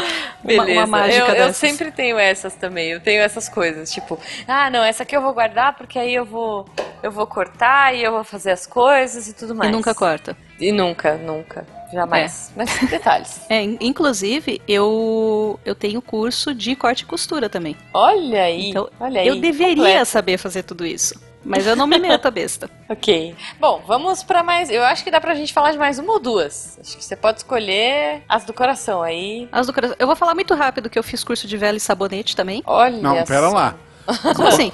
uma
Beleza.
mágica
eu, eu
dessas.
sempre tenho essas também. Eu tenho essas coisas, tipo, ah, não, essa aqui eu vou guardar porque aí eu vou eu vou cortar e eu vou fazer as coisas e tudo mais.
E nunca corta.
E nunca, nunca, jamais. Mas detalhes.
É, in- inclusive, eu eu tenho curso de corte e costura também.
Olha aí.
Então,
olha aí.
eu deveria
completo.
saber fazer tudo isso. Mas eu não me meto a besta.
Ok. Bom, vamos pra mais. Eu acho que dá pra gente falar de mais uma ou duas. Acho que você pode escolher as do coração aí.
As do coração. Eu vou falar muito rápido que eu fiz curso de vela e sabonete também.
Olha.
Não, pera
só.
lá.
Como assim?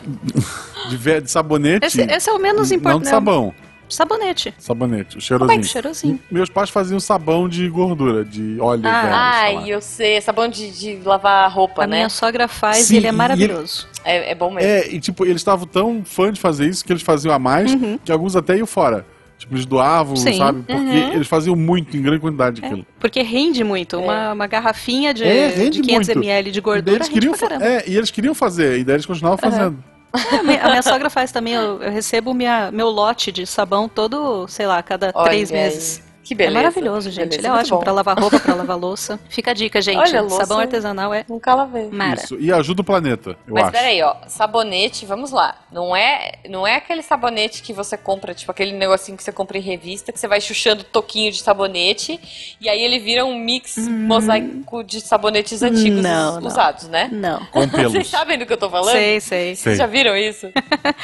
De, ve- de sabonete.
Esse, esse é o menos
não de
importante.
sabão.
Sabonete.
Sabonete, o
Como é
cheirosinho.
que cheirosinho?
Meus pais faziam sabão de gordura, de óleo
Ah,
velho, sei lá.
Ai, eu sei. Sabão de, de lavar a roupa,
A
né?
minha sogra faz
Sim,
e ele é
e-
maravilhoso.
É, é bom mesmo.
É, e tipo, eles estavam tão fã de fazer isso que eles faziam a mais, que alguns até iam fora. Tipo, eles doavam,
Sim.
sabe? Porque
Uhum. É,
eles faziam muito, em grande quantidade aquilo.
Porque rende muito. Uma, uma garrafinha de,
É, rende
de 500
muito.
ml de
E daí
gordura
eles
rende
queriam
pra
fa-
caramba.
é, e eles queriam fazer, e daí eles continuavam fazendo.
A minha- A minha sogra faz também. Eu, eu recebo minha, meu lote de sabão todo, sei lá, a cada
Olha
três
aí.
meses.
Que beleza.
é maravilhoso, gente.
Beleza,
Ele é
muito
ótimo
bom.
pra lavar roupa, pra lavar louça. Fica a dica, gente.
Olha, louça-
Sabão artesanal é
Nunca lavei.
mara.
Isso. E ajuda o planeta, eu
Mas
acho.
peraí, ó, sabonete, vamos lá. Não é, não é aquele sabonete que você compra, tipo aquele negocinho que você compra em revista, que você vai chuchando toquinho de sabonete, e aí ele vira um mix mosaico de sabonetes antigos
Hum. Não, não.
usados, né?
Não.
Com
Vocês
pelos.
sabem do que eu tô falando?
Sei, sei.
Sei.
Vocês já viram isso?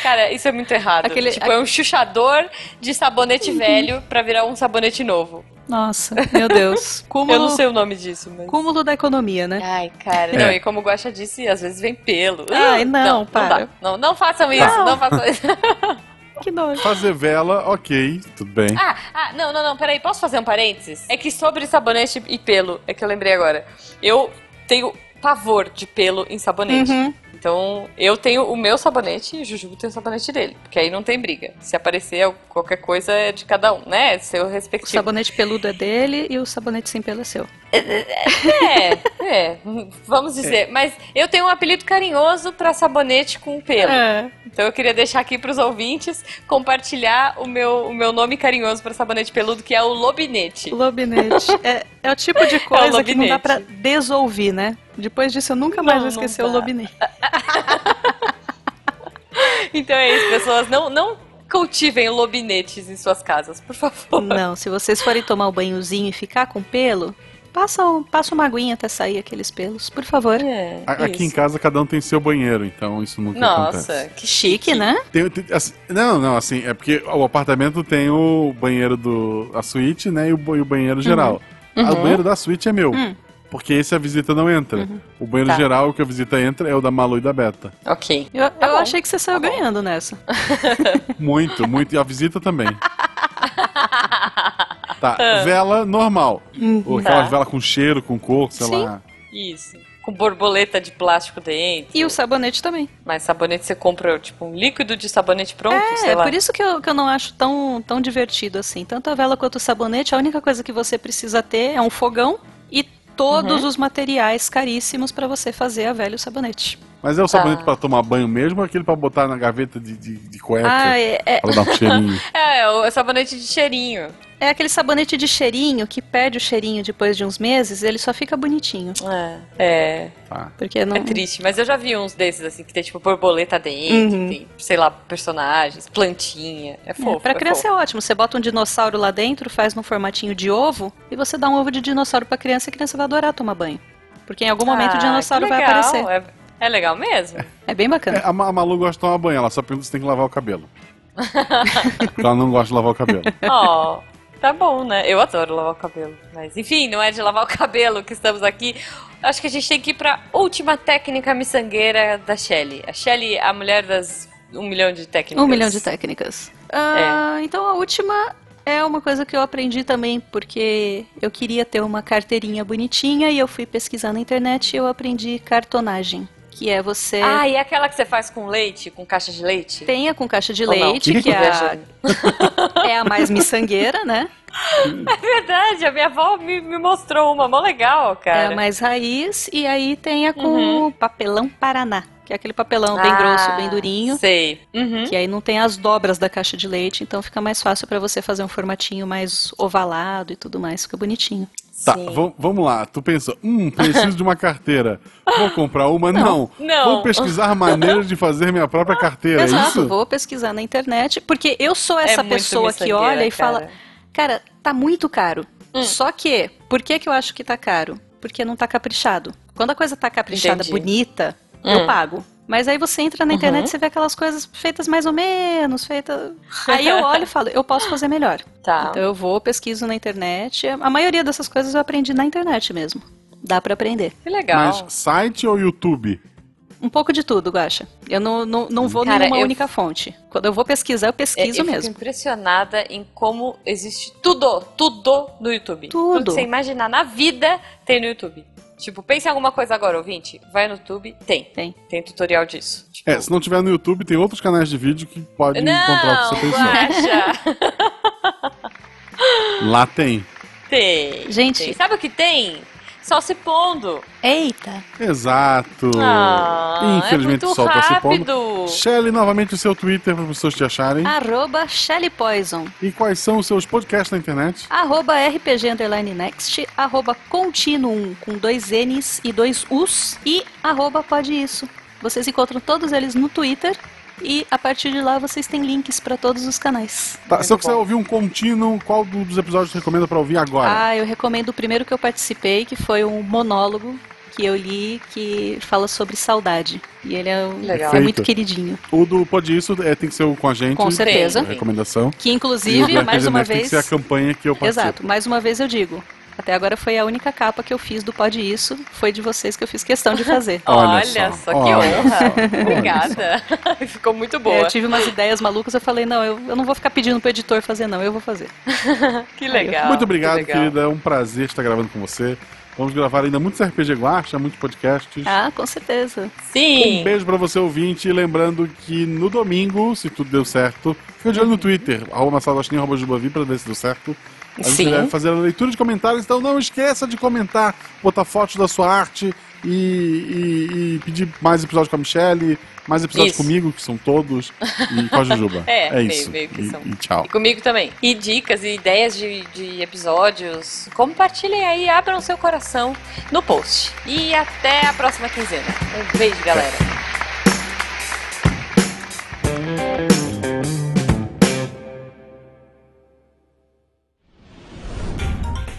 Cara, isso é muito errado.
Aquele-
tipo, é um chuchador de sabonete velho pra virar um sabonete novo.
Nossa, meu Deus. Cúmulo,
Eu não sei o nome disso, mas...
cúmulo da economia, né?
Ai, cara.
É.
Não, e como o Guaxa disse, às vezes vem pelo.
Ai, não,
não
para.
dá. Não, não façam isso,
Não.
não façam isso. É.
Que nojo.
Fazer vela, ok, tudo bem.
Ah, ah, não, não, não, peraí, posso fazer um parênteses? É que sobre sabonete e pelo, é que eu lembrei agora. Eu tenho pavor de pelo em sabonete.
Uhum.
Então, eu tenho o meu sabonete e o Jujubo tem o sabonete dele. Porque aí não tem briga. Se aparecer qualquer coisa, é de cada um, né? Seu
O
respectivo.
sabonete peludo é dele e o sabonete sem pelo é seu.
É, é, vamos dizer. Mas eu tenho um apelido carinhoso pra sabonete com pelo.
É.
Então eu queria deixar aqui pros ouvintes compartilhar o meu, o meu nome carinhoso pra sabonete peludo, que é o Lobinete.
Lobinete. É, é o tipo de coisa que não dá
lobinete.
pra desouvir, né? Depois disso eu nunca mais
Não,
vou esquecer
não
o
dá.
lobinete.
Então é isso, pessoas. Não, não cultivem lobinetes em suas casas, por favor.
Não, se vocês forem tomar o banhozinho e ficar com pelo, passa, um- passa uma aguinha até sair aqueles pelos, por favor.
É,
A- Aqui em
isso.
casa cada um tem seu banheiro, então isso nunca acontece.
Nossa, que chique,
Chique,
né?
né?
Tem- tem- assim, não, não, assim, é porque o apartamento tem o banheiro do. a suíte, né? E o, ba- e o banheiro geral.
Uhum.
Ah, O banheiro da suíte é meu.
Hum.
Porque esse a visita não entra. O banheiro
Tá.
geral que a visita entra é o da Malu e da Beta.
Ok.
Eu, eu
bom.
achei que você saiu
Tá bom.
ganhando nessa.
Muito, muito. E a visita também. Tá. Vela normal. Ou aquelas
Ah. Tá.
velas com cheiro, com cor, sei
Sim.
lá.
Isso. Com borboleta de plástico dentro.
E o sabonete também.
Mas sabonete você compra, tipo, um líquido de sabonete pronto,
É,
sei lá.
por isso que eu, que eu não acho tão, tão divertido assim. Tanto a vela quanto o sabonete, a única coisa que você precisa ter é um fogão e todos
Uhum.
os materiais caríssimos para você fazer a velho sabonete.
Mas é o sabonete
Tá.
pra tomar banho mesmo ou aquele pra botar na gaveta de, de, de cueca?
Ah, é, é-
Pra dar um cheirinho.
É, o sabonete de cheirinho.
é aquele sabonete de cheirinho que perde o cheirinho depois de uns meses, ele só fica bonitinho.
É, é,
Tá.
Porque não.
é triste. Mas eu já vi uns desses, assim, que tem tipo borboleta dentro,
Uhum.
tem, sei lá, personagens, plantinha. É fofo.
É, pra
é
criança
fofo.
é ótimo. Você bota um dinossauro lá dentro, faz num formatinho de ovo e você dá um ovo de dinossauro pra criança e a criança vai adorar tomar banho. Porque em algum um momento
Ah,
o dinossauro
que
vai
legal,
aparecer.
É, é legal mesmo.
É bem
É,
bacana.
a, Ma- a Malu gosta de tomar banho, ela só pergunta se tem que lavar o cabelo. Porque ela não gosta de lavar o cabelo.
Ó, tá bom, né? Eu adoro lavar o cabelo. Mas enfim, não é de lavar o cabelo que estamos aqui. Acho que a gente tem que ir pra última técnica miçangueira da Shelly. A Shelly, é a mulher das um milhão de técnicas.
Um milhão de técnicas. Ah, Então a última é uma coisa que eu aprendi também, porque eu queria ter uma carteirinha bonitinha e eu fui pesquisar na internet e eu aprendi cartonagem. Que é você
Ah, e aquela que você faz com leite, com caixa de leite?
tenha com caixa de
Ou não?
leite, que é a, é a mais miçangueira, né?
É verdade, a minha avó me, me mostrou uma, mó legal,
É
cara.
a mais raiz e aí tem a com
Uhum.
papelão Paraná, que é aquele papelão bem
Ah,
grosso, bem durinho,
Sei. Uhum.
que aí não tem as dobras da caixa de leite, então fica mais fácil pra você fazer um formatinho mais ovalado e tudo mais, fica bonitinho.
Tá,
Sim.
vam- vamos lá. Tu pensa, hum, preciso de uma carteira. Vou comprar uma? Não.
Não.
Vou pesquisar maneiras de fazer minha própria carteira, é
Exato,
isso?
vou pesquisar na internet, porque eu sou
É
essa
muito
pessoa que
miçangueira,
olha e fala,
cara.
cara, tá muito caro.
Hum.
Só que, por que que eu acho que tá caro? Porque não tá caprichado. Quando a coisa tá caprichada,
Entendi.
bonita,
Hum.
eu pago. Mas aí você entra na internet
Uhum.
e você vê aquelas coisas feitas mais ou menos, feitas. Aí eu olho e falo, eu posso fazer melhor.
Tá.
Então eu vou, pesquiso na internet. A maioria dessas coisas eu aprendi na internet mesmo. Dá pra aprender.
que legal.
Mas site ou YouTube?
Um pouco de tudo, Guaxa. Eu não, não, não vou
Cara,
nenhuma
eu-
única fonte. Quando eu vou pesquisar, eu
É,
pesquiso
eu
mesmo.
fico impressionada em como existe tudo, tudo no YouTube.
Tudo.
que você imaginar na vida tem no YouTube. Tipo, pense em alguma coisa agora, ouvinte. Vai no YouTube, tem.
Tem.
Tem tutorial disso. Tipo,
É, se não tiver no YouTube, tem outros canais de vídeo que pode encontrar o que você pensou.
Guaxa.
Lá tem.
tem.
Gente.
tem. Sabe o que tem? Só se pondo.
Eita!
Exato.
Ah,
Hum. Infelizmente
é
o
muito
sol tá se pondo.
rápido.
Shelly, novamente o seu Twitter para as pessoas te acharem.
Arroba Shelly Poison.
E quais são os seus podcasts na internet?
Arroba RPG Underline Next. Arroba Continuum com dois N's e dois U's. E arroba Pode Isso. Vocês encontram todos eles no Twitter. E a partir de lá vocês têm links pra todos os canais.
Tá,
Muito
se eu quiser
bom.
ouvir um contínuo, qual do- dos episódios você recomenda para ouvir agora?
Ah, eu recomendo o primeiro que eu participei, que foi um monólogo que eu li que fala sobre saudade. E ele é, um-
Legal.
é muito
Perfeito.
queridinho.
O do Pode Isso é, tem que ser o com a gente. É
Com certeza.
a Recomendação.
Que
E o do
inclusive,
RPG
mais uma
Next
vez.
Tem que ser a campanha que eu participo.
Exato, mais uma vez eu digo. Até agora foi a única capa que eu fiz do Pod Isso, foi de vocês que eu fiz questão de fazer.
Olha só,
Olha só, que
olha
honra.
só,
Obrigada. Ficou muito boa.
É, eu tive umas ideias malucas, eu falei, não, eu, eu não vou ficar pedindo pro editor fazer, não, eu vou fazer.
Que legal.
Muito obrigado,
que legal.
querida. É um prazer estar gravando com você. Vamos gravar ainda muitos RPG Guacha, muitos podcasts.
Ah, com certeza.
Sim.
Um beijo pra você, ouvinte. E lembrando que no domingo, se tudo deu certo, fica de olho no Twitter, arroba massalgostinho, arroba jubavi, pra ver se deu certo. A gente
Sim.
deve fazer a leitura de comentários, então não esqueça de comentar, botar fotos da sua arte e, e- e pedir mais episódios com a Michelle, mais episódios
Isso.
comigo, que são todos, e com a Jujuba.
É, meio-
isso.
meio que
E-
são.
e tchau.
E comigo também. E dicas e ideias de, de episódios. Compartilhem aí, abram seu coração no post. E até a próxima quinzena. Um beijo, galera.